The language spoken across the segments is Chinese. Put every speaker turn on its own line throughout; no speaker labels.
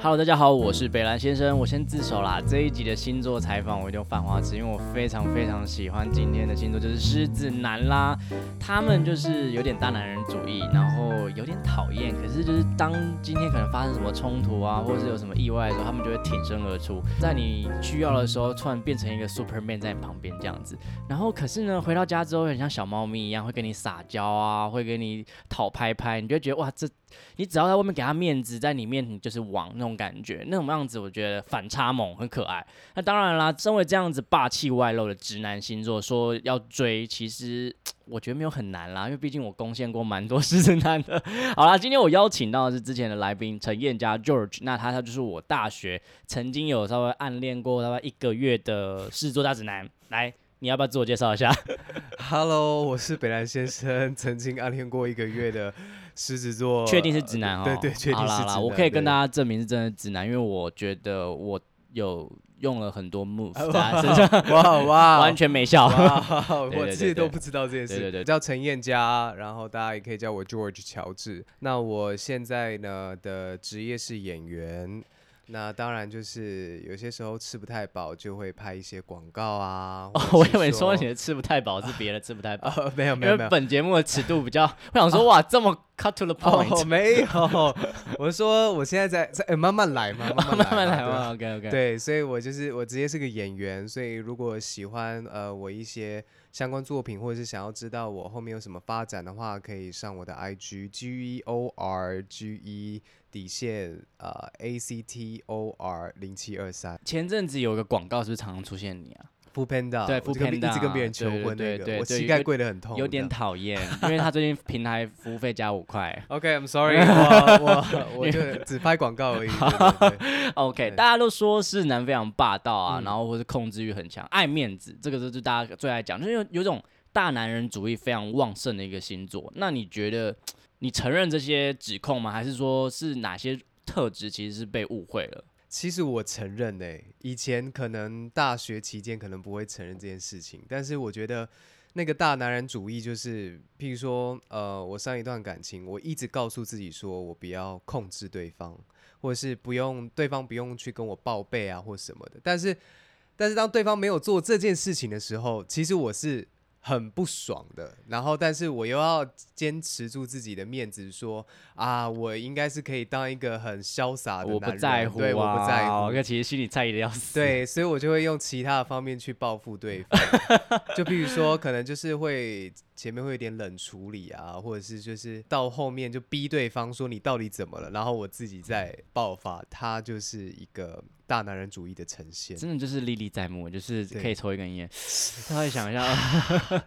Hello，大家好，我是北兰先生，我先自首啦。这一集的星座采访我就犯花痴，因为我非常非常喜欢今天的星座，就是狮子男啦。他们就是有点大男人主义，然后有点讨厌，可是就是当今天可能发生什么冲突啊，或者是有什么意外的时候，他们就会挺身而出，在你需要的时候突然变成一个 Superman 在你旁边这样子。然后可是呢，回到家之后很像小猫咪一样，会跟你撒娇啊，会跟你讨拍拍，你就会觉得哇，这你只要在外面给他面子，在里面你就是王那种感觉，那种样子我觉得反差萌很可爱。那当然啦，身为这样子霸气外露的直男星座，说要追，其实我觉得没有很难啦，因为毕竟我攻陷过蛮多狮子男的。 好啦，今天我邀请到的是之前的来宾陈燕加 George，那他他就是我大学曾经有稍微暗恋过大概一个月的狮子座大直男。来，你要不要自我介绍一下？
Hello，我是北兰先生，曾经暗恋过一个月的狮子座，呃
确定是直男哦，
对对，确定
好
是直
啦
男。
好啦，我可以跟大
家
家证明是真的直男，因为我觉得我有用了 很多 move，在他身上
哇啊哇，
完全没效。
哇，
对对
我
对
自
对
己都不知道这件事。
对对对
我叫陈燕佳，然后大家也可以叫我 George 乔治。那我现在呢的职业是演员。那当然，就是有些时候吃不太饱，就会拍一些广 告啊。
哦，
或
我
者
以为
是
说你的吃不太饱是别的吃不太饱。
呃， 没有没
因
有
为
没有，
本节目的尺度比较，我想说哇，这么 cut to the
哦
point，
没有，我说我现在在在、呃慢慢来嘛，慢慢来嘛，
慢慢来啊
对
嘛，OK OK。
对，所以我就是我直接是个演员，所以如果喜欢呃我一些相关作品，或者是想要知道我后面有什么发展的话，可以上我的 IG G E O R G E 底线呃 A C T O R 零七二三
前阵子有个广告是不是常常出现你啊？
f o o Panda，
对
我这个
Foodpanda，
一直跟别人求
对对
婚
对
那
对
个，我
对
膝
有
盖
点
跪得很痛，
有 点。讨厌，因为他最近平台服务费加五块。
OK，I'm、sorry，我 我我就只拍广告而已。对对 对
OK，
对
大家都说是男非常霸道啊，
嗯
然后或是控制欲很强，爱面子，这个就是大家最爱讲，就是有有种大男人主义非常旺盛的一个星座。那你觉得你承认这些指控吗？还是说是哪些特质其实是被误会了？
其实我承认呢、以前可能大学期间可能不会承认这件事情，但是我觉得那个大男人主义就是，譬如说，呃，我上一段感情，我一直告诉自己说我不要控制对方，或者是不用对方不用去跟我报备啊或什么的，但是但是当对方没有做这件事情的时候，其实我是很不爽的，然后但是我又要坚持住自己的面子说啊，我应该是可以当一个很潇洒的男人，
我不在乎啊，
对，我不在乎，
那其实心里在意的要死。
对，所以我就会用其他的方面去报复对方， 就比如说，可能就是会前面会有点冷处理啊，或者是就是到后面就逼对方说你到底怎么了，然后我自己再爆发，他就是一个大男人主义的呈现。
真的就是历历在目，就是
对
可以抽一根烟，稍微想一下。啊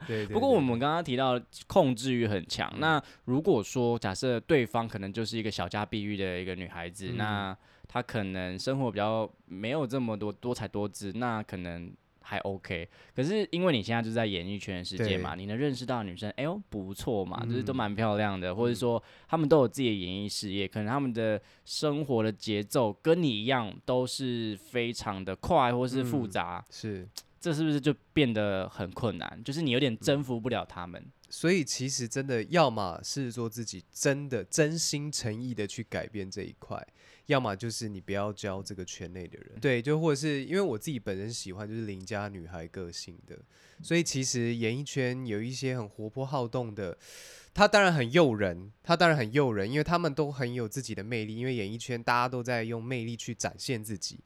对对对嗯
不过我们刚刚提到控制欲很强，那如果说假设对方可能就是一个小家碧玉的一个女孩子，
嗯
那她可能生活比较没有这么多多才多姿，那可能还 OK。可是因为你现在就是在演艺圈的世界嘛，你能认识到的女生，哎呦不错嘛，就是都
嗯
蛮漂亮的，或者说她们都有自己的演艺事业，可能她们的生活的节奏跟你一样都是非常的快或是复
嗯
杂。
是
这是不是就变得很困难？就是你有
嗯
点征服不了他们。
所以其实真的，要么是做自己真的真心诚意的去改变这一块，要么就是你不要教这个圈内的
嗯
人。对，就或者是因为我自己本身喜欢就是邻家女孩个性的，所以其实演艺圈有一些很活泼好动的，他当然很诱人，他当然很诱人，因为他们都很有自己的魅力，因为演艺圈大家都在用魅力去展现自己。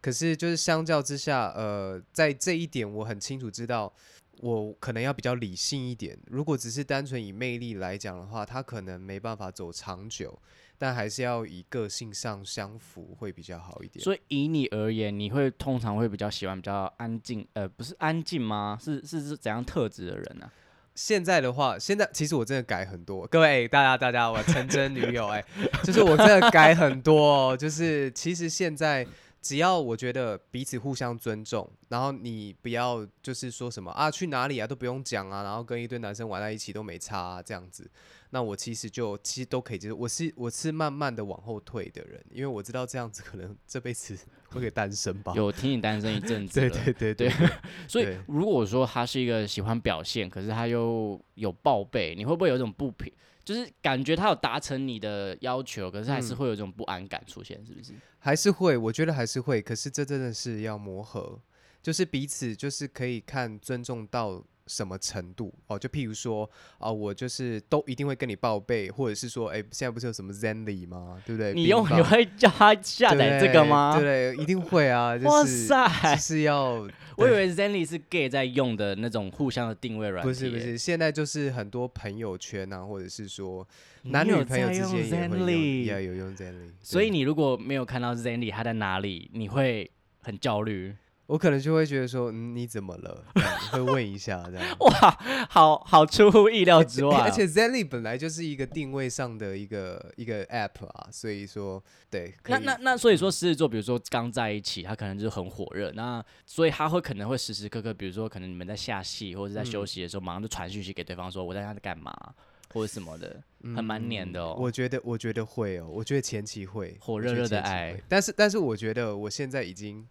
可是就是相较之下，呃，在这一点我很清楚知道，我可能要比较理性一点。如果只是单纯以魅力来讲的话，他可能没办法走长久，但还是要以个性上相符会比较好一点。
所以以你而言，你会通常会比较喜欢比较安静，呃，不是安静吗？是是是怎样特质的人呢、啊
现在的话，现在其实我真的改很多，各位大家大家，哎 我成真女友哎、就是我真的改很多哦。就是其实现在只要我觉得彼此互相尊重，然后你不要就是说什么啊去哪里啊都不用讲啊，然后跟一堆男生玩在一起都没差、啊、这样子，那我其实就其实都可以接受。我是我是慢慢的往后退的人，因为我知道这样子可能 这辈子会给单身吧。
有听你单身一阵子了，
哦 对对对
对
对，
所以
对
如果说他是一个喜欢表现，可是他又有报备，你会不会有一种不平？就是感觉他有达成你的要求，可是还
嗯
是会有一种不安感出现，是不是？
还是会，我觉得还是会。可是这真的是要磨合，就是彼此就是可以看尊重到什么程度哦。就譬如说啊、我就是都一定会跟你报备，或者是说，哎，现在不是有什么 Zenly 吗？对不对？
你
呃冰
用
棒
你会叫他下载这个吗？
对对一定会啊！就是、
哇塞
就！是要
我以为 Zenly 是 gay 在用的那种互相的定位软体，
不是不，是，现在就是很多朋友圈啊，或者是说
你
男
有
女朋友
在
之
用
间也会
Zenly
用，也有用 Zenly，
所以
对
你如果没有看到 Zenly 他在哪里，你会很焦 虑。
我可能就会觉得说，嗯，你怎么了？这样会问一下这样。
哇，好好出乎意料之外
欸
哦、
而且 Zenly 本来就是一个定位上的一个一个 app 啊，所以说对， 可
那
以
那那，所以说狮子座，比如说刚在一起，他可能就是很火热，那所以他会可能会时时刻刻，比如说可能你们在下戏或者在休息的时候，马上就传讯息给对方说我在家在干嘛或者什么的，很蛮黏的哦。
嗯我觉得我觉得会哦，我觉得前期会
火
我觉
热
得
热的
前期
爱
会但是但是我觉得我现在已经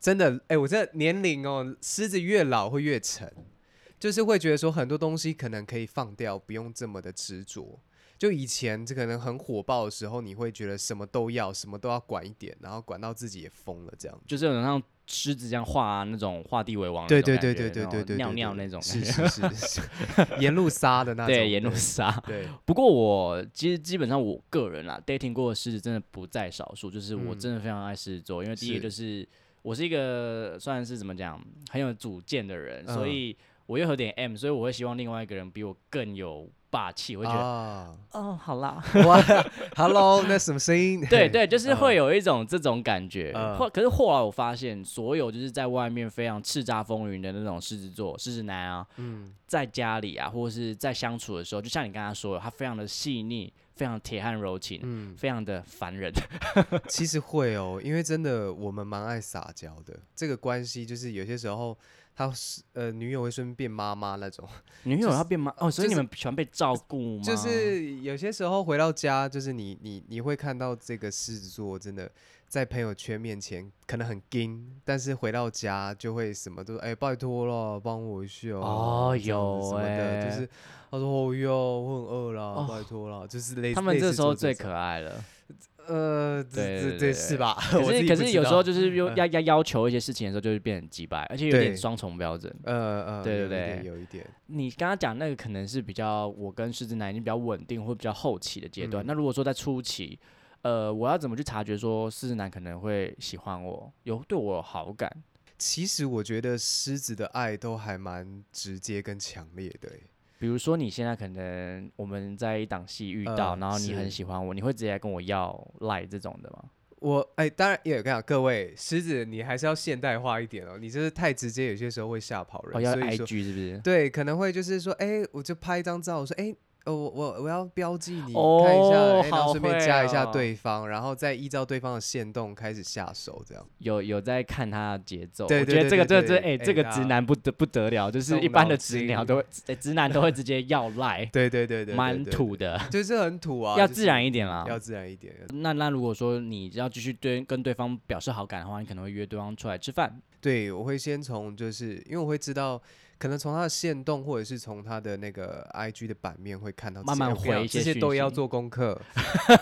真的，哎、我这年龄哦，狮子越老会越沉，就是会觉得说很多东西可能可以放掉，不用这么的执着。就以前这可能很火爆的时候，你会觉得什么都要，什么都要管一点，然后管到自己也疯了这样。
就是有点像狮子这样画、那种画地为王的
对
那
对
种感觉，
对对对
然后
对对，
尿
对
尿
对
那种感
是
觉，
是是 是，沿路撒的那种，
对，沿路杀。
对，
不过我其实基本上我个人啦，dating 过的狮子真的不在少数，就是我
嗯
真的非常爱狮子座，因为第一个就
是
是我是一个算是怎么讲很有主见的人，
嗯
所以我又有点 M，所以我会希望另外一个人比我更有霸气，我会觉得、
啊，
哦好啦，
哇，Hello，那什么声音？
对对，就是
嗯
会有一种这种感觉。
嗯
后可是后来我发现，所有就是在外面非常叱咤风云的那种狮子座、狮子男啊，
嗯，
在家里啊，或者是在相处的时候，就像你刚刚说的，他非常的细腻，非常铁汉柔情，
嗯
非常的烦人。
其实会哦，因为真的我们蛮爱撒娇的，这个关系就是有些时候他是呃女友会顺便变妈妈那种，
女友要变妈哦，所以
就
你
是
们喜欢被照顾吗？
就是有些时候回到家，就是你你你会看到这个狮子座真的在朋友圈面前可能很硬，但是回到家就会什么都哎、拜托了，帮我一下
哦
这样
有
子什么的，
欸
就是他说哦哟，我很饿啦，
哦
拜托啦，就是类似
他们
类
这
似
时候
做
最
种
可爱 了。
呃，
对
这
对
这
对对
这是吧？
可
我自
是
己
可
不
是
知
有时候
道
就是又
嗯
要要要求一些事情的时候，就会变很鸡掰，而且有点
对
双重标准。
呃呃，
对对
有
对
一点有一点，
你刚刚讲那个可能是比较我跟狮子男已经比较稳定或比较后期的阶段。
嗯
那如果说在初期，呃，我要怎么去察觉说狮子男可能会喜欢我，有对我有好感？
其实我觉得狮子的爱都还蛮直接跟强烈的欸，
比如说你现在可能我们在一档戏遇到，
嗯
然后你很
是
喜欢我，你会直接来跟我要赖这种的吗？
我哎，当然也有跟你讲，各位狮子，你还是要现代化一点哦。你就是太直接，有些时候会吓跑人。
哦，要
所以说，
IG 是不是？
对，可能会就是说，哎，我就拍一张照，我说，哎，呃，我我我要标记你，
哦
看一下，哎，然
好
后顺便
会
加一下
哦
对方，然后再依照对方的线动开始下手，这样。
有有在看他的节奏，
对
我
对
觉得这个这
对
个
对
这
对
哎，
哎
这个
大
直
家
男不得不得了，就是
动
一般
脑
的直
筋，
鸟都会，哎直男都会直接要赖
对对 对对，对
蛮，土
对
的，
就是很土啊，
要
就
自
是
然一点啦。
要自然一点，
那那如果说你要继续对跟对方表示好感的话，你可能会约对方出来吃饭，
对，我会先从就是因为我会知道，可能从他的线动或者是从他的那个 IG 的版面会看到这些，
慢慢
哎我跟你
回
讲
一些
这些
讯
都要
息
做功 课。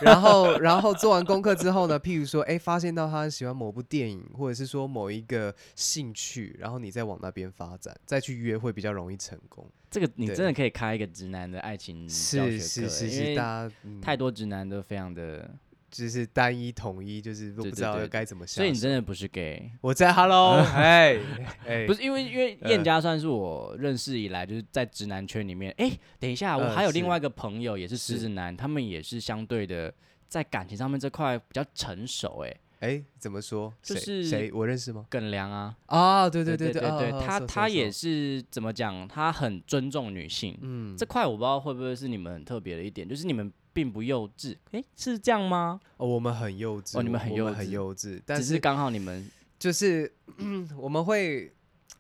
然后，然后做完功课之后呢，譬如说，哎，发现到他很喜欢某部电影，或者是说某一个兴趣，然后你再往那边发展，再去约会比较容易成功。
这个你
对
真的可以开一个直男的爱情嗯教学
是
课，
是是
因
是，
为
大家、嗯、
太多直男都非常的，
就是单一统一，就是都
对对
不知道
对
要该怎么下
所以你
手。
真的不是 gay，
我 在 Hello，哎哎，
不
是
是因为因为
呃
燕家算是我认识以来就是在直男圈里面，哎、等一下，我
呃
还有另
是
外一个朋友也是狮
是
子男，他们也是相对的在感情上面这块比较成熟、哎，
哎，怎么说？
就
谁
是
谁？我认识吗？
耿良啊，
啊，对
对
对
对
对，啊啊
他
搜
他
搜
也
搜
是怎么讲，他很尊重女性，
嗯
这块我不知道会不会是你们很特别的一点，就是你们并不幼稚，诶、是这样吗？
哦，我们很幼稚，
哦你们
我
很
我
幼
很
稚
幼稚，但
只
是
是刚好你们
就是、 嗯、我们会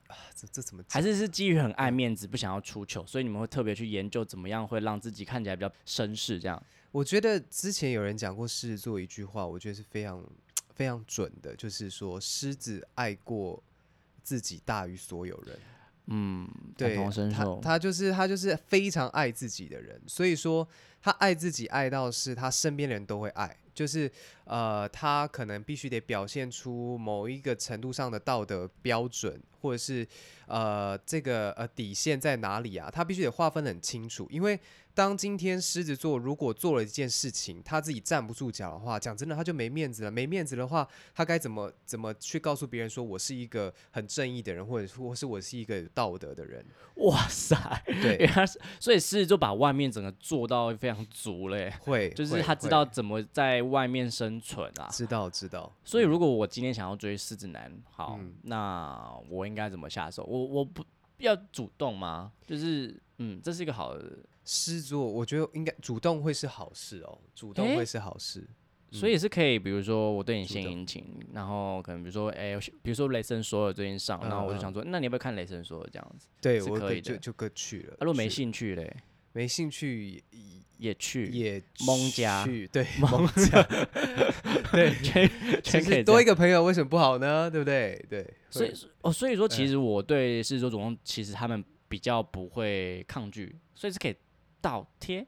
啊，这这怎么
还
讲
是是基于很爱面子，不想要出糗，所以你们会特别去研究怎么样会让自己看起来比较绅士，这样
我觉得之前有人讲过狮子座一句话，我觉得是非常非常准的，就是说狮子爱过自己大于所有人。
嗯，
对，
感同身受
他。他就是他就是非常爱自己的人，所以说他爱自己爱到是他身边的人都会爱，就是呃，他可能必须得表现出某一个程度上的道德标准，或者是呃这个呃底线在哪里啊？他必须得划分得很清楚，因为当今天狮子座如果做了一件事情，他自己站不住脚的话，讲真的他就没面子了，没面子的话，他该怎么怎么去告诉别人说我是一个很正义的人，或者或是我是一个有道德的 人？
哇塞，
对，
原来是所以狮子座把外面整个做到非常足嘞，
会
就是
会
他知
会
道怎么在外面生存啊。
知道知道，
所以如果我今天想要追狮子男，好，
嗯
那我应该怎么下手？我我不要主动吗？就是嗯，这是一个好的，
狮子座，我觉得应该主动会是好事哦，主动
诶
会是好事。
所以是可以，比如说我对你献
嗯主动
殷勤，然后可能比如说哎、比如说雷神索尔最近上，
嗯
然后我就
嗯
想说，那你要不要看雷神索尔这样子？
对
是
我
可
可
以
就
的
就各去了。
啊，如果没
去
兴趣嘞，
没兴趣也
也去，
也
蒙加
去对蒙家， 对，
全
其
全可以
实
这
多一
样。
个朋友为什么不好呢？对不对？对，
所
会
以哦，所以说其
嗯
实我对狮子座主动，其实他们比较不会抗拒，所以是可以倒贴，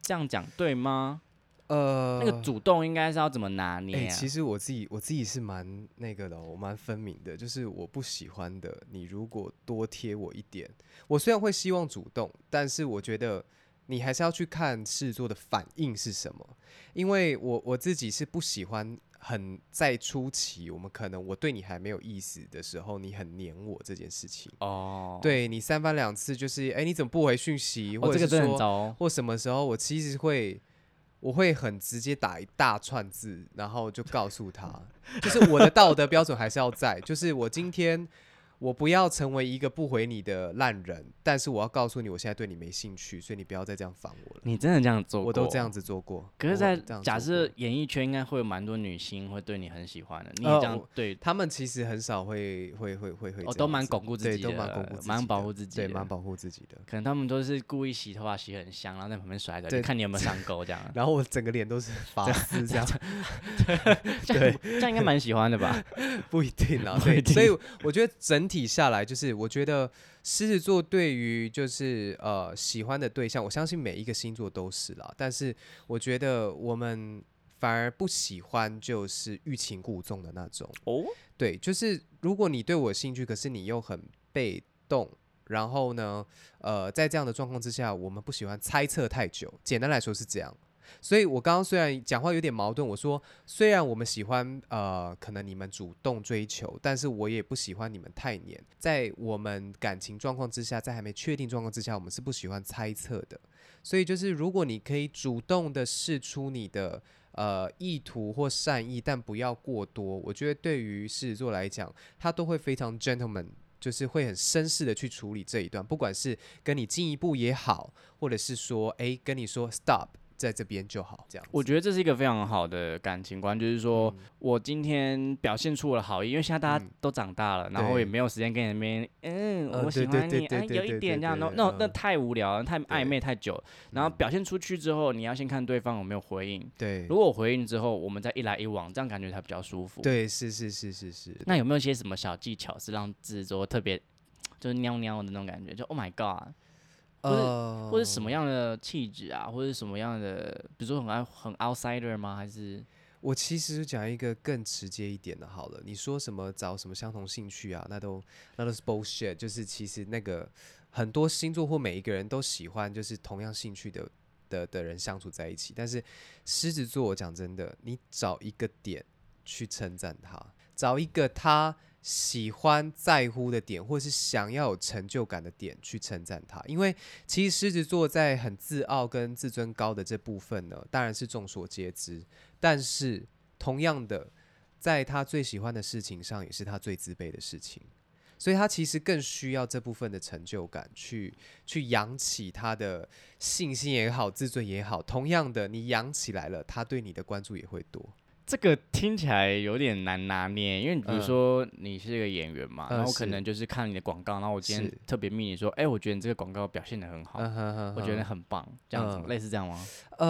这样讲对吗？
呃
那个主动应该是要怎么拿
哎、
捏、啊？
其实我自己我自己是蛮那个的哦、我蛮分明的，就是我不喜欢的，你如果多贴我一点，我虽然会希望主动，但是我觉得你还是要去看狮子座的反应是什么，因为我我自己是不喜欢很在初期，我们可能我对你还没有意思的时候，你很黏我这件事情，
哦，
对你三番两次就是，哎、你怎么不回讯息，
哦，
或
这
者
个
是
真的
说
很糟哦。
或什么时候，我其实会，我会很直接打一大串字，然后就告诉他，就是我的道德标准还是要在，就是我今天我不要成为一个不回你的烂人，但是我要告诉你，我现在对你没兴趣，所以你不要再这样烦我了。
你真的这样做
我都
过哦
这样子做过，
可是，
我
在
这样
假
做过
设演艺圈，应该会有蛮多女星会对你很喜欢的。你也
呃
这样
我
对，
他们其实很少会会会会会这
哦，
样
都蛮
子
巩固自
对
己
都
的，
蛮巩固自己的，
蛮保护自己
对，
的
蛮保护自己的。
可能他们都是故意洗头发洗很香，然后在旁边甩着，
对
就看你有没有上钩这样。
然后我整个脸都是发 丝这样，
这样这样应该蛮喜欢的 吧？
不一 定啦，
不一
对，
定
所以我觉得整体下来，就是我觉得狮子座对于就是呃喜欢的对象，我相信每一个星座都是啦，但是我觉得我们反而不喜欢就是欲擒故纵的那种。
哦，
对，就是如果你对我有兴趣，可是你又很被动，然后呢，呃，在这样的状况之下，我们不喜欢猜测太久。简单来说是这样。所以我刚刚虽然讲话有点矛盾，我说虽然我们喜欢呃，可能你们主动追求，但是我也不喜欢你们太黏。在我们感情状况之下，在还没确定状况之下，我们是不喜欢猜测的。所以就是如果你可以主动的试出你的呃意图或善意，但不要过多。我觉得对于狮子座来讲，他都会非常 gentleman，就是会很绅士的去处理这一段，不管是跟你进一步也好，或者是说，哎、跟你说 stop，在这边就好，这样子。
我觉得这是一个非常好的感情观，就是说我今天表现出我的好意，因为现在大家
嗯
都长大了，然后我也没有时间跟你那边，嗯，
呃
我喜
对对
欢
对
你，
对
啊，
对
有一
对
点
对
这样，
对
那
对
那
嗯
那太无聊了，太
对
暧昧太久了。然后
嗯
表现出去之后，你要先看对方有没有回应，
对
如果我回应之后，我们再一来一往，这样感觉才比较舒服。，
对是是是是是，
那有没有一些什么小技巧是让制作特别就是喵喵的那种感觉？就 Oh my God，或是
呃
或者什么样的气质啊，或者什么样的，比如说很爱很 outsider 吗？还是
我其实讲一个更直接一点的，好了，你说什么找什么相同兴趣啊，那都那都是 bullshit，就是其实那个很多星座或每一个人都喜欢就是同样兴趣的的的人相处在一起，但是狮子座，我讲真的，你找一个点去称赞他，找一个他喜欢、在乎的点，或是想要有成就感的点去称赞他。因为其实狮子座在很自傲跟自尊高的这部分呢，当然是众所皆知，但是同样的，在他最喜欢的事情上，也是他最自卑的事情。所以他其实更需要这部分的成就感去去养起他的信心也好，自尊也好。同样的，你养起来了，他对你的关注也会多。
这个听起来有点难拿捏，因为你比如
嗯
说你是一个演员嘛，
嗯
然后可
是
能就是看你的广告，然后我今天
是
特别命你说，哎、我觉得你这个广告表现的很好，
嗯哼哼
我觉得
哼
很棒，这样子吗、
嗯
类似这样吗？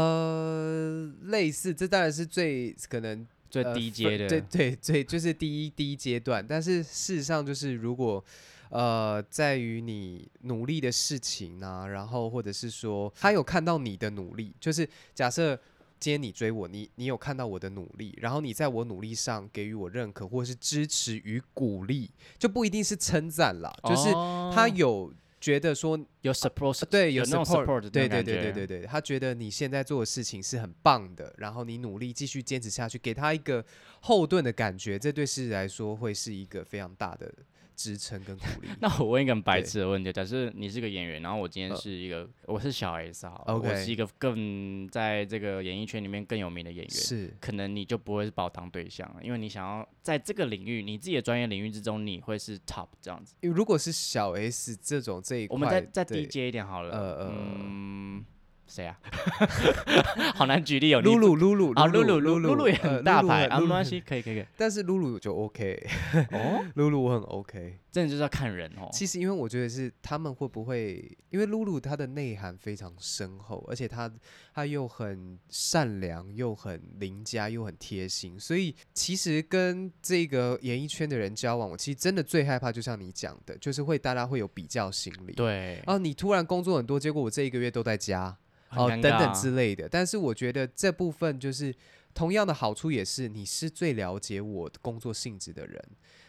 呃，类似，这当然是最可能
最
呃
低
分
阶的，
对对对，就是第一第一阶段。但是事实上，就是如果呃，在于你努力的事情啊，然后或者是说他有看到你的努力，就是假设。今天你追我，你你有看到我的努力，然后你在我努力上给予我认可或是支持与鼓励，就不一定是称赞啦，就是
哦
他有觉得说
有 support，
对，
有
有
那种 support 的那种
对对
感
对
觉
对对对，他觉得你现在做的事情是很棒的，然后你努力继续坚持下去，给他一个后盾的感觉，这对狮子来说会是一个非常大的支撑跟鼓励
。那我问一个很白
对
痴的问题：假设你是个演员，然后我今天
呃
是一个，我是小 S 好了
OK
我是一个更在这个演艺圈里面更有名的演员，
是
可能你就不会把我当对象了，因为你想要在这个领域，你自己的专业领域之中，你会是 top 这样子。
因为如果是小 S 这种这一块，
我们再再
对
低阶一点好了，
呃呃
嗯，谁啊？ 好难举例哦，
露
露
露露露
啊，露露
露
露露露也很大牌啊，没关，
呃露露
系，可以可以可以。
但是露露就 OK，
哦，
露露我很 OK。
真的就是要看人哦。
其实，因为我觉得是他们会不会，因为露露她的内涵非常深厚，而且她她又很善良，又很邻家，又很贴心，所以其实跟这个演艺圈的人交往，我其实真的最害怕，就像你讲的，就是会大家会有比较心理。
对，
哦，你突然工作很多，结果我这一个月都在家，
很
哦，
尴
等等
尬啊
之类的。但是我觉得这部分就是同样的好处，也是你是最了解我的工作性质的人，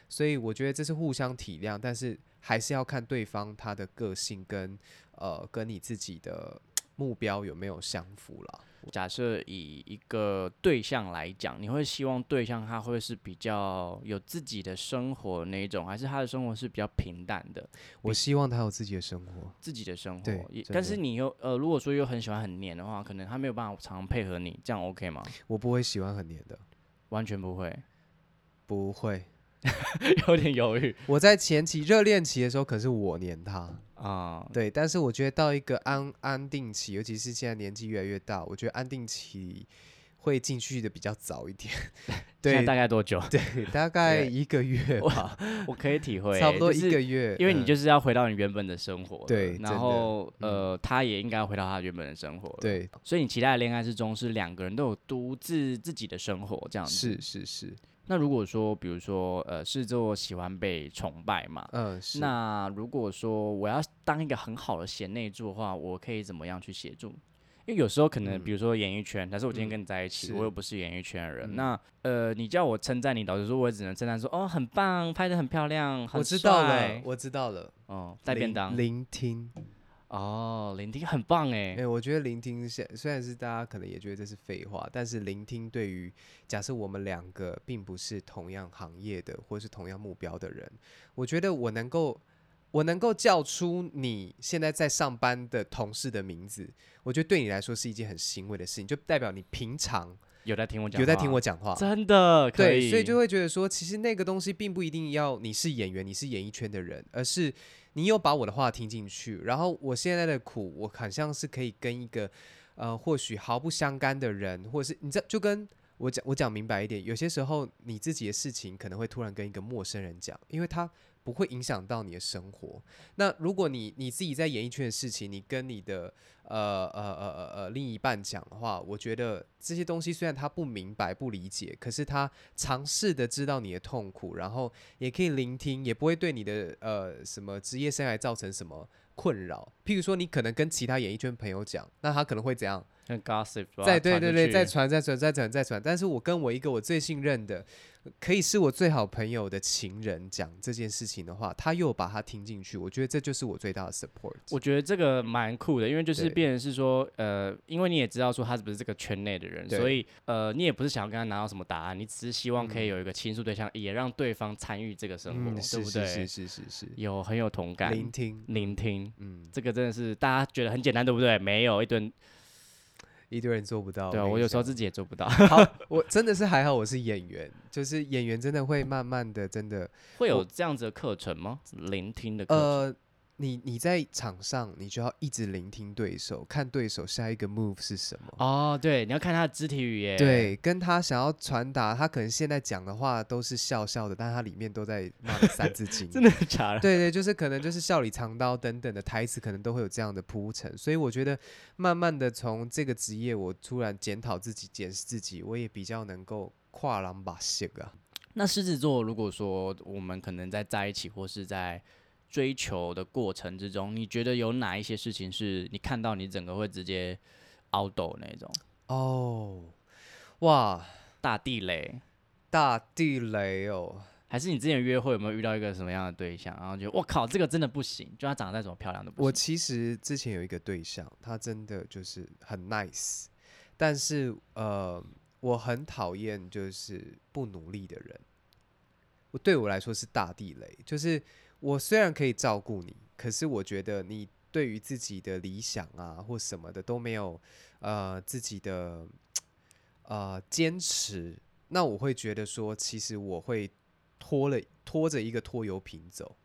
所以我觉得这是互相体谅，但是还是要看对方他的个性跟呃跟你自己的目标有没有相符啦。
假设以一个对象来讲，你会希望对象他会是比较有自己的生活那一种，还是他的生活是比较平淡的，
我希望他有自己的生活。
自己的生活
对？
也
真
但是
的
你又呃，如果说又很喜欢很黏的话，可能他没有办法常常配合你，这样 OK 吗？
我不会喜欢很黏的，
完全不会，
不会。
有点犹豫
我在前期热恋期的时候，可是我黏他。
啊、
对，但是我觉得到一个安安定期，尤其是现在年纪越来越大，我觉得安定期会进去的比较早一点。
现在
对
大概多久？
对，大概
对
一个月
我
吧，
我可以体会欸、
差不多
就
一
是
个月。
因为你
嗯
就是要回到你原本的生活了，
对真
然
的嗯
后呃，他也应该回到他原本的生活了，
对，
所以你期待的恋爱之中是两个人都有独自自己的生活这样子。
是是是，
那如果说，比如说，呃，狮子座喜欢被崇拜嘛？
嗯是。
那如果说我要当一个很好的贤内助的话，我可以怎么样去协助？因为有时候可能，比如说演艺圈，但是我今天
嗯
跟你在一起，
是
我又不是演艺圈的人，
嗯
那呃，你叫我称赞你，老实说，我也只能称赞说，哦，很棒，拍的很漂亮，很
我知道了
帅，
我知道了。
哦，带便
聆
当，
聆听，
哦，聆听很棒哎
哎、，我觉得聆听是虽然是大家可能也觉得这是废话，但是聆听对于假设我们两个并不是同样行业的或是同样目标的人，我觉得我能够我能够叫出你现在在上班的同事的名字，我觉得对你来说是一件很欣慰的事情，就代表你平常
有在听我讲，
有在听我，讲话。
真的可
对，
以，
所以就会觉得说，其实那个东西并不一定要你是演员，你是演艺圈的人，而是你有把我的话听进去，然后我现在的苦，我好像是可以跟一个呃，或许毫不相干的人，或者是你这就跟我讲，我讲明白一点，有些时候你自己的事情可能会突然跟一个陌生人讲，因为他不会影响到你的生活。那如果你你自己在演艺圈的事情，你跟你的呃呃呃呃呃另一半讲的话，我觉得这些东西虽然他不明白不理解，可是他尝试的知道你的痛苦，然后也可以聆听，也不会对你的呃什么职业生涯造成什么困扰。譬如说，你可能跟其他演艺圈朋友讲，那他可能会怎样？
很 gossip，把它
再对
啊传
对
出
对，
去
再传再传再传再传。但是我跟我一个我最信任的，可以是我最好朋友的情人讲这件事情的话，他又把他听进去，我觉得这就是我最大的 support。
我觉得这个蛮酷的，因为就是
对
变成是说，呃，因为你也知道说他是不是这个圈内的人，
对
所以呃，你也不是想要跟他拿到什么答案，你只是希望可以
嗯
有一个倾诉对象，也让对方参与这个生活，
嗯，
对
是
不
是
对？
是是是是，
有很有同感，
聆听，
聆听，
嗯，
这个真的是大家觉得很简单，对不对？没有一顿
一堆人做不到。
对啊，
跟
我
你
有时候
讲
自己也做不到，
好，我真的是还好，我是演员，就是演员真的会慢慢的，真的，
会有
我
这样子的课程吗？聆听的课程？
呃，你你在场上，你就要一直聆听对手，看对手下一个 move 是什么。
哦，对，你要看他的肢体语言。，
呃对，跟他想要传达，他可能现在讲的话都是笑笑的，但他里面都在骂《三字经》。
真的假的？
对对，就是可能就是笑里藏刀等等的台词，可能都会有这样的铺陈。所以我觉得，慢慢的从这个职业，我突然检讨自己、检视自己，我也比较能够跨狼把线啊。
那狮子座，如果说我们可能在在一起或是在追求的过程之中，你觉得有哪一些事情是你看到你整个会直接凹斗那种
哦，哇，
大地雷？
大地雷哦！
还是你之前约会有没有遇到一个什么样的对象，然后觉得我靠，这个真的不行，就他长得再怎么漂亮都不
我
行。
其实之前有一个对象，他真的就是很 nice，但是呃，我很讨厌就是不努力的人。我对我来说是大地雷，就是我虽然可以照顾你，可是我觉得你对于自己的理想啊或什么的都没有呃自己的呃坚持，那我会觉得说，其实我会拖了拖着一个拖油瓶走。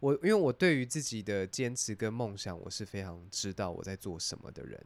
我因为我对于自己的坚持跟梦想，我是非常知道我在做什么的人。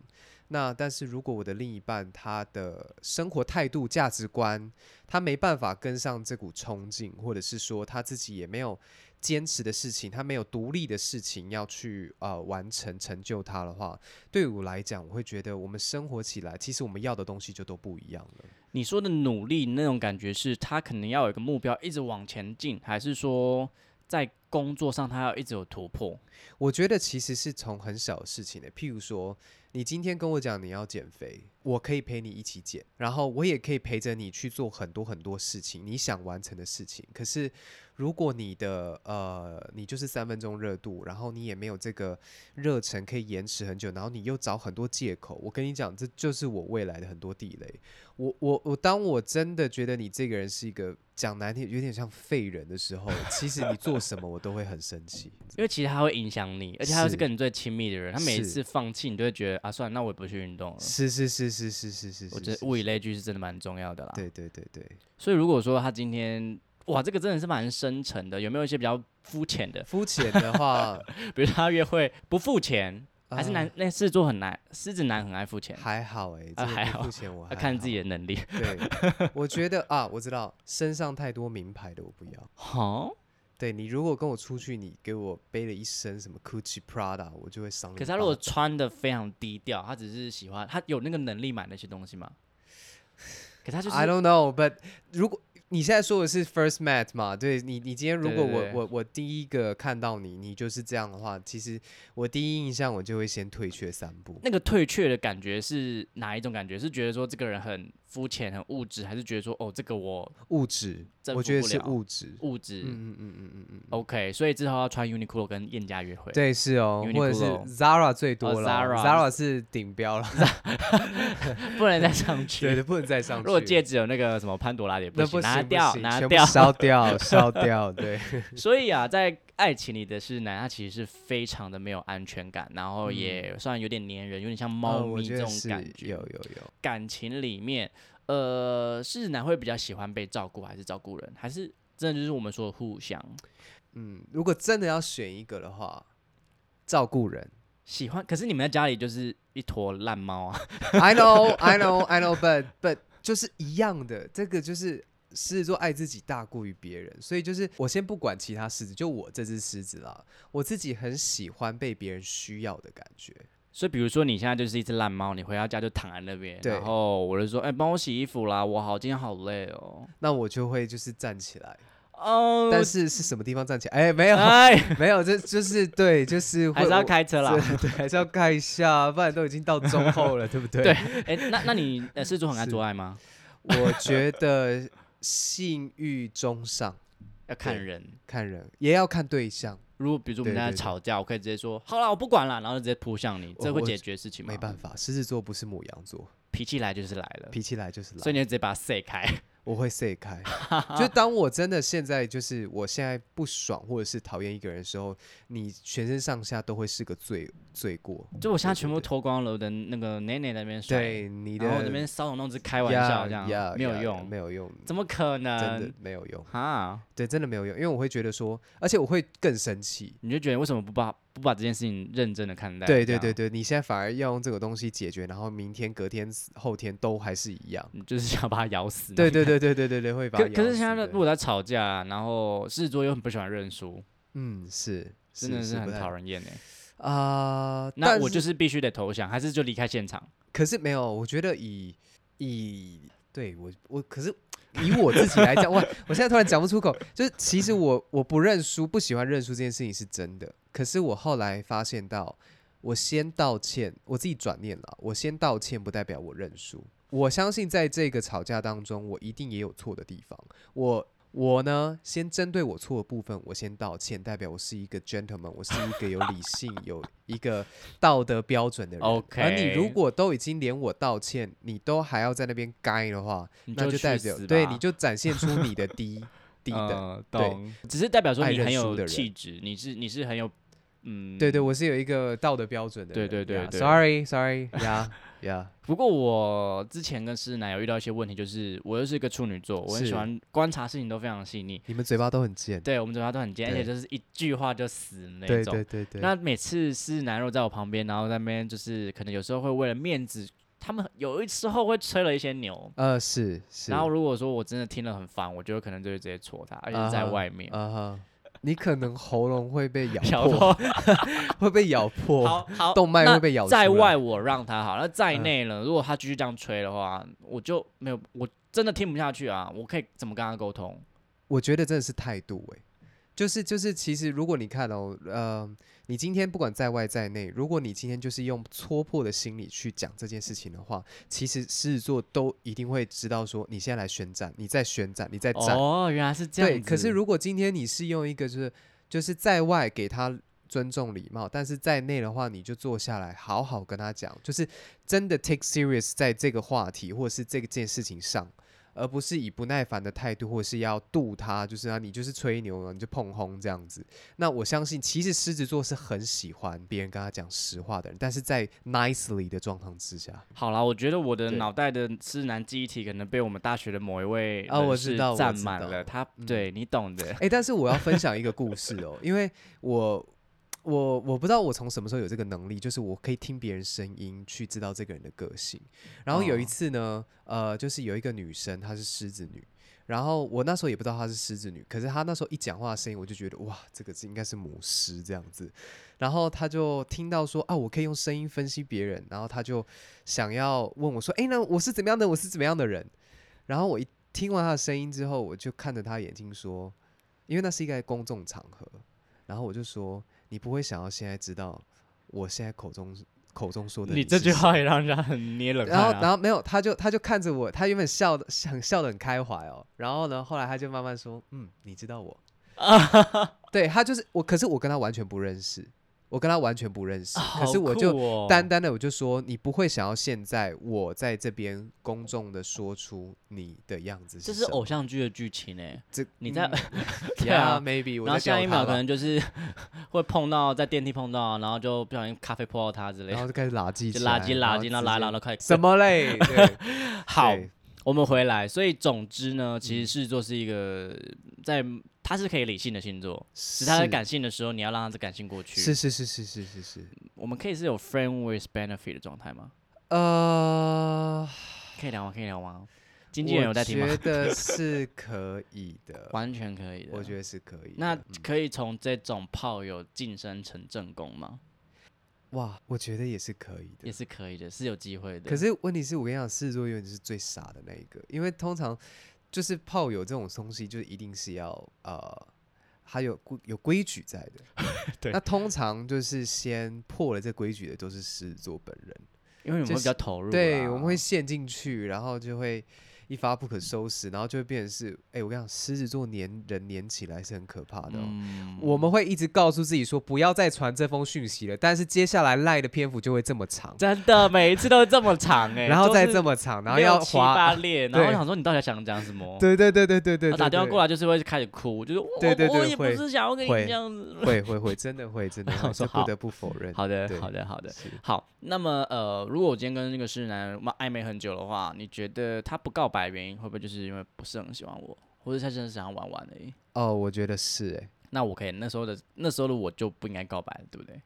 那但是如果我的另一半他的生活态度、价值观，他没办法跟上这股冲劲，或者是说他自己也没有坚持的事情，他没有独立的事情要去呃完成成就他的话，对我来讲，我会觉得我们生活起来，其实我们要的东西就都不一样了。
你说的努力那种感觉是，他可能要有一个目标一直往前进，还是说在工作上他要一直有突破？
我觉得其实是从很小的事情的，譬如说，你今天跟我讲你要减肥，我可以陪你一起减，然后我也可以陪着你去做很多很多事情，你想完成的事情。可是，如果你的呃，你就是三分钟热度，然后你也没有这个热忱可以延迟很久，然后你又找很多借口，我跟你讲，这就是我未来的很多地雷。我我我，当我真的觉得你这个人是一个讲难听，有点像废人的时候，其实你做什么我都会很生气。
因为其实他会影响你，而且他又是
是
跟你最亲密的人，他每一
是
次放弃，你就会觉得啊，算了，那我也不去运动了。
是是是是是是是，
我
是
觉
是
得物以类聚是真的蛮重要的啦。
对对对对，
所以如果说他今天，哇，这个真的是蛮深沉的，有没有一些比较肤浅的？
肤浅的话
比如他约会不付钱， 还是
啊
男那狮子座很难，狮子男很爱付钱，
还好哎，
啊
真
还
的
好
不肤浅我
要
还
看
好
自己。的能力。
对，我觉得啊，我知道身上太多名牌的我不要。
好，
对你如果跟我出去，你给我背了一身什么 Gucci Prada，我就会伤你
可
吧。
是他如果穿的非常低调，他只是喜欢，他有那个能力买那些东西吗？ 可是他就
I
是
don't know，but 如果你现在说的是 first met 嘛，对你，你今天如
对
果
对
我
对
我我第一个看到你，你就是这样的话，其实我第一印象我就会先退却三步。
那个退却的感觉是哪一种感觉？是觉得说这个人很肤浅、很物质，还是觉得说哦，这个我
物质，
征
我
服
觉得
不
是
了
物质。
物质、
嗯嗯嗯嗯嗯嗯嗯。
OK，所以之后要穿 Uniqlo 跟店家约会。
对，是哦，或者是
Uniqlo 哦
Zara 最多了、
Zara
Zara 是顶标了，
不能再上
对
去。
的，不能再上去。
如果戒指有那个什么潘多拉的也不
那
行，
不行，
拿
不
掉，
行
拿
全部
掉。
烧掉，烧掉，对，
所以啊，在爱情里的是男，他其实是非常的没有安全感，然后
嗯
也算有点粘人，有点像 猫
嗯我
咪
觉
这
得
种
是
感觉。
有有有，
感情里面，呃，是男会比较喜欢被照顾，还是照顾人，还是真的就是我们说的互相
嗯，如果真的要选一个的话，照顾人。
喜欢？可是你们在家里就是一坨烂猫啊，
I know, I know, I know, but but 就是一样的，这个就是狮子座爱自己大过于别人，所以就是我先不管其他狮子，就我这只狮子啦，我自己很喜欢被别人需要的感觉。
所以，比如说你现在就是一只烂猫，你回到家就躺在那边，
对
然后我就说，哎、帮我洗衣服啦，我好今天好累哦。
那我就会就是站起来，
哦，
但是是什么地方站起来？哎、没有，
哎，
没有，这就是对，就是会
还是要
我
开车啦。
对，对还是要盖一下，不然都已经到中后了，对不对？
对，哎、那那你呃，狮子座很爱
是
做爱吗？
我觉得性欲中上，
要看
对
人。
看人也要看对象，
如果比如说我们
对
大家
对对
吵架，我可以直接说，好啦，我不管了，然后就直接扑向你，这
我
会
我
解决事情吗？
没办法，狮子座不是母羊座，
脾气来就是来了，
脾气来就是来。
所以你就直接把它塞开。
我会 say 开。就当我真的现在就是我现在不爽或者是讨厌一个人的时候，你全身上下都会是个罪罪过。
就我现在全部脱光了，我的那个奶奶那边甩，
对你的
然后我那边搔首弄姿开玩笑这样
yeah, yeah,
没有
yeah,
用嗯
没有用，
怎么可
真的
能？
没有用，
哈，
对，真的没有用，因为我会觉得说，而且我会更生气。
你就觉得为什么不把不把这件事情认真的看待？
对对对
对，
对，你现在反而要用这个东西解决，然后明天、隔天、后天都还是一样。
你就是想把它咬死。
对对对对对对对，会把它
可可
咬
是现在
死
的
的
如果在吵架，然后狮子座又很不喜欢认输，
嗯是
真的是
是
很讨
人
人厌哎。
啊、
那
但
我就是是必须得投降，还是就离开现场？
可是没有，我觉得以以对我我可是以我自己来讲，我我现在突然讲不出口，就是其实我我不认输，不喜欢认输这件事情是真的。可是我后来发现到，我先道歉，我自己转念了，我先道歉不代表我认输。我相信在这个吵架当中，我一定也有错的地方。我我呢，先针对我错的部分，我先道歉，代表我是一个 gentleman，我是一个有理性、有一个道德标准的人。
OK
而你如果都已经连我道歉，你都还要在那边该的话，
你
那就
去
代表
死
对，
吧
你就展现出你的 低低等。
呃
对
懂，只是代表说
爱
你
认
很
输的
有
人
气质，你是你是很有，嗯，
对对，。我是有一个道德标准的
对
人。
对对对
s o r r y sorry，呀呀，
不过我之前跟狮子男有遇到一些问题，就是我又是一个处女座，我很喜
是
欢观察事情都非常细腻，
你们嘴巴都很贱。
对我们嘴巴都很尖，而且
对
就是一句话就死那
对
种
对。对对，
那每次狮子男若在我旁边，然后在那边就是可能有时候会为了面子，他们有一时候会吹了一些牛。
呃是是，
然后如果说我真的听了很烦，我就可能就会直接戳他，而且是在
啊哈
外面。
啊哈，你可能喉咙会被 咬
小
破，
偷，
会被咬 破，
好好，
动脉
那
会被咬出
在
来
外我让他好，那在
嗯
内呢？如果他继续这样吹的话，我就没有，我真的听不下去啊！我可以怎么跟他沟通？
我觉得真的是态度哎、就是就是，其实如果你看哦，呃，你今天不管在外在内，如果你今天就是用戳破的心理去讲这件事情的话，其实狮子座都一定会知道说，你现在来宣战，你在宣战，你在战。
哦，原来是这样
对，
子
可是如果今天你是用一个就是就是在外给他尊重礼貌，但是在内的话，你就坐下来好好跟他讲，就是真的 take serious 在这个话题或者是这个件事情上，而不是以不耐烦的态度或是要度他，就是啊你就是吹牛了，你就碰轰这样子。那我相信，其实狮子座是很喜欢别人跟他讲实话的人，但是在 nicely 的状况之下，
好啦，我觉得我的
对
脑袋的痴男记忆体可能被我们大学的某一位
啊
人
我
士
知道我
占
知
满
道
了。他
嗯
对你懂的
哎、，但是我要分享一个故事哦，因为我我我不知道我从什么时候有这个能力，就是我可以听别人声音去知道这个人的个性。然后有一
哦
次呢，呃，就是有一个女生她是狮子女，然后我那时候也不知道她是狮子女，可是她那时候一讲话的声音，我就觉得哇，这个是应该是母狮这样子。然后她就听到说啊，我可以用声音分析别人，然后她就想要问我说，哎、那我是怎么样的？我是怎么样的人？然后我一听完她的声音之后，我就看着她眼睛说，因为那是一个公众场合，然后我就说，你不会想要现在知道我现在口中口中说的
你
是
这句
谁
话也让人家很捏冷汗
然
啊。
后，然后没有，他就他就看着我，他原本笑的想笑得很开怀哦。然后呢，后来他就慢慢说：“嗯，你知 道我。”对他就是我，可是我跟他完全不认识，我跟他完全不认识。
啊
可是
好
我就
酷哦
单单的我就说，你不会想要现在我在这边公众的说出你的样子
这
是
是
什么
偶像剧的剧情哎，
这嗯
你在 对
呀
啊
maybe 我
然后
在
下
吊
一
他
秒可
吧
能就是 会碰到在电梯碰到，然后就不小心咖啡泼到他之类
然后
的，
就开始拉圾起
就
来，
垃圾垃圾，
然
那
后
拉
直
拉
接
都快
什 么嘞？对
好。
对嗯
我们回来，所以总之呢，其实狮子座是一个在他是可以理性的星座，只是
是
他在感性的时候，你要让他感性过去。
是是是是是是是。
我们可以是有 friend with benefit 的状态吗？
呃，
可以聊吗？可以聊吗？经纪人有在听吗，
我？觉得是可以的
完全可以的。
我觉得是可以的。
那
嗯
可以从这种炮友晋升成正宫吗？
哇，我觉得也是可以
也
的。
是可以的，是有机会的。
可是问题是我跟你讲，狮子座永远是最傻的那一个，因为通常就是炮友这种东西，就是一定是要呃，它有规有规矩在的。
对
那通常就是先破了这规矩的都是狮子座本人，
因为你们
就
会比较
是
投入啦，啊
对，我们会陷进去，然后就会。一发不可收拾，然后就会变成是，哎、我跟你讲，狮子座黏人黏起来是很可怕的、哦。
嗯
我们会一直告诉自己说不要再传这封讯息了，但是接下来赖的篇幅就会这么长，
真的每一次都这么长哎、
然后再这
么，
么长，然后要
七八
滑，
列，然
对
后我想说你到底想讲什么？
对对对对对对
他哦
对，
打电话过
来，
来就是会开始哭，就是我
对对对
我也不
会
是想要跟你
会
这样子。
会会会，真的会 真的
我
会，
说
这
好
不得不否认。
好的，
对
好的，好的，
是
好。那么呃，如果我今天跟那个狮男嘛暧昧很久的话，你觉得他不告白原因会不会就是因为不是很喜欢我，或者他真的想要玩玩而已？
哦，我觉得是哎、
那我可以那时候的那时候的我就不应该告白，对不对？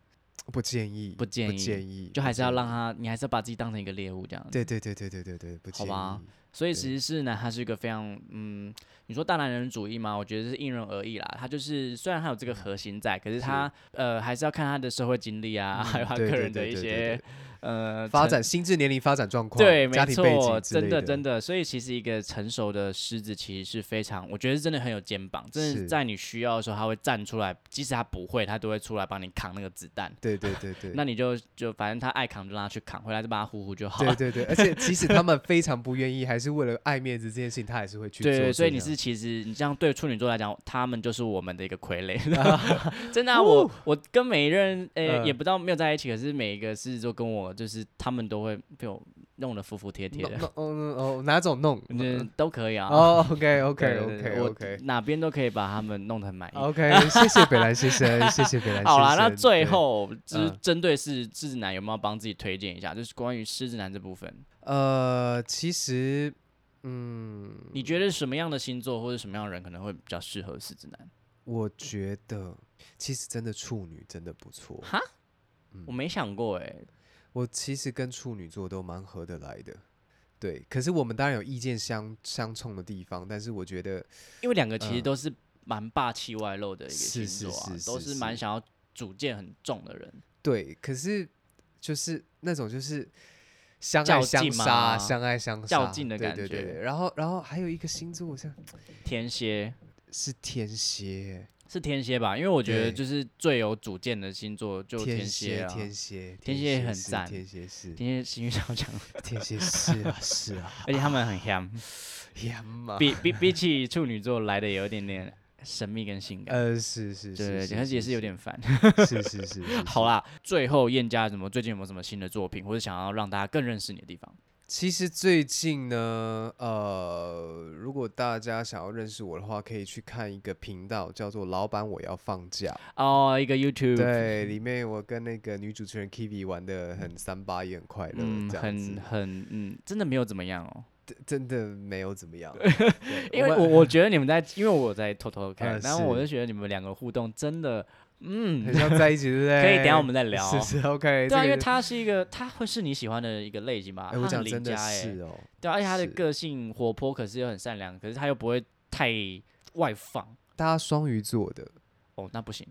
不建议，
不建议
不建议，
就还是要
不建
让
议。
他，你还是要把自己当成一个猎物这样子。
对对对对对对对，不
好
建议。
吧所以
对
其实是呢，他是一个非常嗯，你说大男人主义嘛，我觉得是因人而异啦。他就是虽然他有这个核心在，可是
是嗯
他呃还是要看他的社会经历啊，还有他个
对对
人的
对
一
对对
些呃
发
成
展心智年龄发展状况，
对，
家
没
庭背
错，
景之
真
类
的
的
真的。所以其实一个成熟的狮子其实是非常，我觉得真的很有肩膀，真的
是
在你需要的时候他会站出来，即使他不会，他都会出来帮你扛那个子弹。
对对对 对。
那你就就反正他爱扛就让他去扛，回来就把他呼呼就好了
对。对对，而且即使他们非常不愿意，还是为了爱面子这件事情，他还是会去做这
对，
样。
所以你是其实你这样对处女座来讲，他们就是我们的一个傀 儡， 真的啊、我我跟每一任呃、
哦嗯
也不知道没有在一起，可是每一个狮子座跟我就是他们都会被我弄得服服帖帖
弄
的，
弄嗯哦哪种弄？
就是都可以啊。
哦，OK OK
对对对
OK
我
OK 哦
哪边都可以把他们弄得很满意。
OK，谢谢北兰先生，谢谢北兰 先生。
好啦，那最
对
后就是
嗯
针对狮狮子男有没有帮自己推荐一下？就是关于狮子男这部分，
呃，其实嗯，
你觉得什么样的星座或者什么样的人可能会比较适合狮子男？
我觉得其实真的处女真的不错，
哈，
嗯
我没想过哎、
我其实跟处女座都蛮合得来的。对，可是我们当然有意见相相冲的地方，但是我觉得
因为两个其实
嗯
都是蛮霸气外露的一个星
是
座啊，
是是
都
是
是
是
蛮想要主见很重的人。
对，可是就是那种就是相
较
爱相
劲吗
杀，相爱相杀，
较劲的
对
感
对对
觉
对然后，然后还有一个星座，我像
天蝎
是天蝎，
是天蝎吧？因为我觉得
对
就是最有主见的星座就
天
蝎啊。
天蝎，
天蝎很
是
赞
天蝎是，
天蝎情绪上讲，
天蝎是啊是 啊，
而且他们很香，
天 嘛，
比比比起处女座来的有一点点神秘跟性感。
呃是是
对对
是，
对，而且也是有点烦。
是是是是，
好
啦。
啦，最后燕家怎么最近有没有什么新的作品，或者想要让大家更认识你的地方？
其实最近呢，呃，如果大家想要认识我的话，可以去看一个频道，叫做“老板我要放假”。
哦，一个 YouTube，
对，里面我跟那个女主持人 Kivi 玩的很三八，也很快乐，
嗯，
这样
很
子，
很嗯，真的没有怎么样哦。
真真的没有怎么样。对
因为我
们
我觉得你们在，因为我在偷偷看
呃，
然后我
是
就觉得你们两个互动真的，
很
嗯，
像在一起，对不 对？
可以等一 下我们再聊
是是 OK，
对啊，
这
因为
个。
他是一个，他会是你喜欢的一个类型吧？
哎，
他
我
很
讲
邻
真的
家欸
是哦，
对啊，而且他的
是
个性活泼，可是又很善良，可是他又不会太外放。
大家双鱼 座的，
哦，那不行，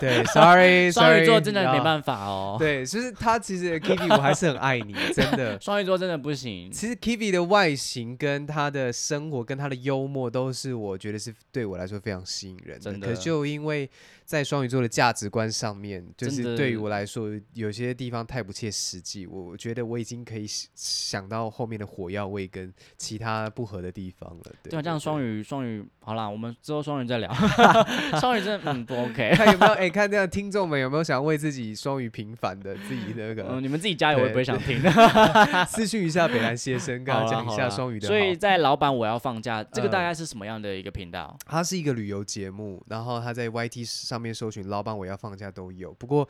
对，Sorry，
双鱼座真的没
法。
办法哦，
对，就是他 其实 Kivi 我还是很爱你，真的。
双鱼座真的不行。
其实 Kivi 的外形跟他的生活跟他的幽默都是我觉得是对我来说非常吸引人的。
真的
可就因为在双鱼座的价值观上面，就
真的
是对于我来说有些地方太不切实际，我我觉得我已经可以想想到后面的火药味跟其他不合的地方了。对，
对啊，这样双
鱼。
鱼双鱼，好啦，我们之后双鱼再 聊。双鱼真的嗯不 OK，
看有没有哎、看这样听众们有没有想要为自己双鱼平反的自己那个、
嗯，你们自己加油，我也不会
对
想听。
私讯一下北兰先生，跟
好
他
啦
讲一
好
下
啦
双鱼的好。
所以在老板我要放假，这个大
嗯
概是什么样的一个频道？
它是一个旅游节目，然后它在 YT 上面搜寻“老板我要放假”都有。不过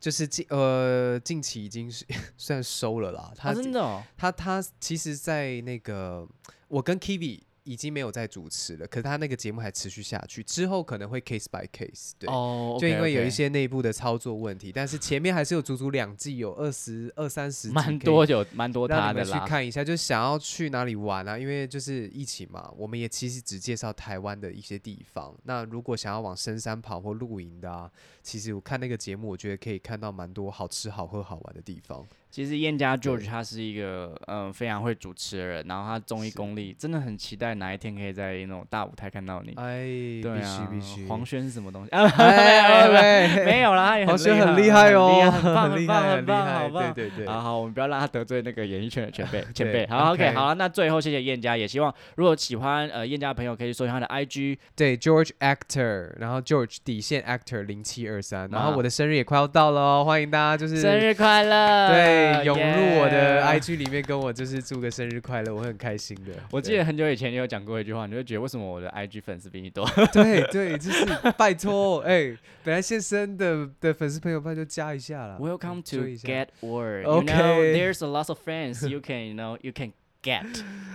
就是近呃近期已经是 算收了啦。它、
啊，真的哦，
它它其实，在那个我跟 Kivi 已经没有在主持了，可是它那个节目还持续下去，之后可能会 case by case 对。
哦，
就因为有一
OK，OK
些内部的操作问题，但是前面还是有足足两季，有二十二三十，
蛮多有蛮多
让
他
你
的
们去
啦。
看一下，就是想要去哪里玩啊？因为就是疫情嘛，我们也其实只介绍台湾的一些地方。那如果想要往深山跑或露营的啊，其实我看那个节目，我觉得可以看到蛮多好吃、好喝、好玩的地方。
其实燕家 George
对
他是一个嗯、呃非常会主持的人，然后他综艺
是
功力真的很期待哪一天可以在那种大舞台看到你。
哎，
对
必须
啊，
必须，
黄轩是什么东西？ 啊，
哎
没有
喂，
没有啦，他也
黄轩很
厉
厉
害啊很
害 哦，
很棒，
厉
棒，
害，很
很
厉
棒，好
害，
棒。
对对对
好，好，我们不要让他得罪那个演艺圈的 前辈前辈。
对
好，OK，
，OK
好了，那最后谢谢燕家，也希望如果喜欢呃燕家的朋友可以搜一下他的 IG，
对，George Actor，然后 George 底线 Actor 零七二三，然
妈
后我的生日也快要到了哦，欢迎大家就是
生日快乐！
对涌入我的
呃 Yeah
IG 里面跟我就是祝个生日快乐，我会很开心的。
我记得很久以前你有讲过一句话，你就觉得为什么我的 IG 粉丝比你 多？
对对对，就是拜托，哎，本来现身的的粉丝朋友拜托加一下啦。
Welcome
追
to
一下
Get Word. You know,
Okay.
there's a lot of friends you can, you know, you can get.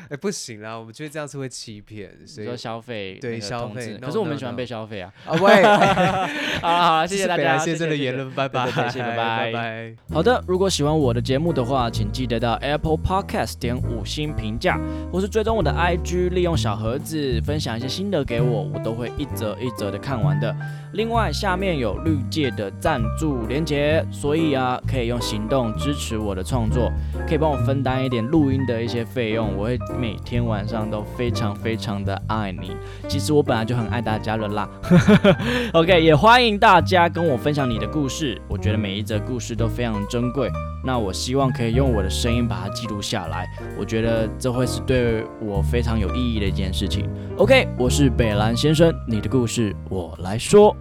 哎，不行啦，我们觉得这样是会欺骗， 所
你
以
说消费
对
那个
消
通知
费
可
no,
是我们
no,
喜欢
no
被消费啊。
啊喂，
好了好了，
这
谢谢
是
大
北兰
家，
先生的
谢谢
言。论，拜
对
拜，
对谢谢拜拜
拜拜。
好的，如果喜欢我的节目的话，请记得到 Apple Podcast 点五星评价，或是追踪我的 IG，利用小盒子分享一些心得给我，我都会一则一则的看完的。另外，下面有绿界的赞助连结，所以啊，可以用行动支持我的创作，可以帮我分担一点录音的一些费用，我会每天晚上都非常非常的爱你。其实我本来就很爱大家了啦。OK，也欢迎大家跟我分享你的故事，我觉得每一则故事都非常珍贵。那我希望可以用我的声音把它记录下来，我觉得这会是对我非常有意义的一件事情。OK，我是北兰先生，你的故事我来说。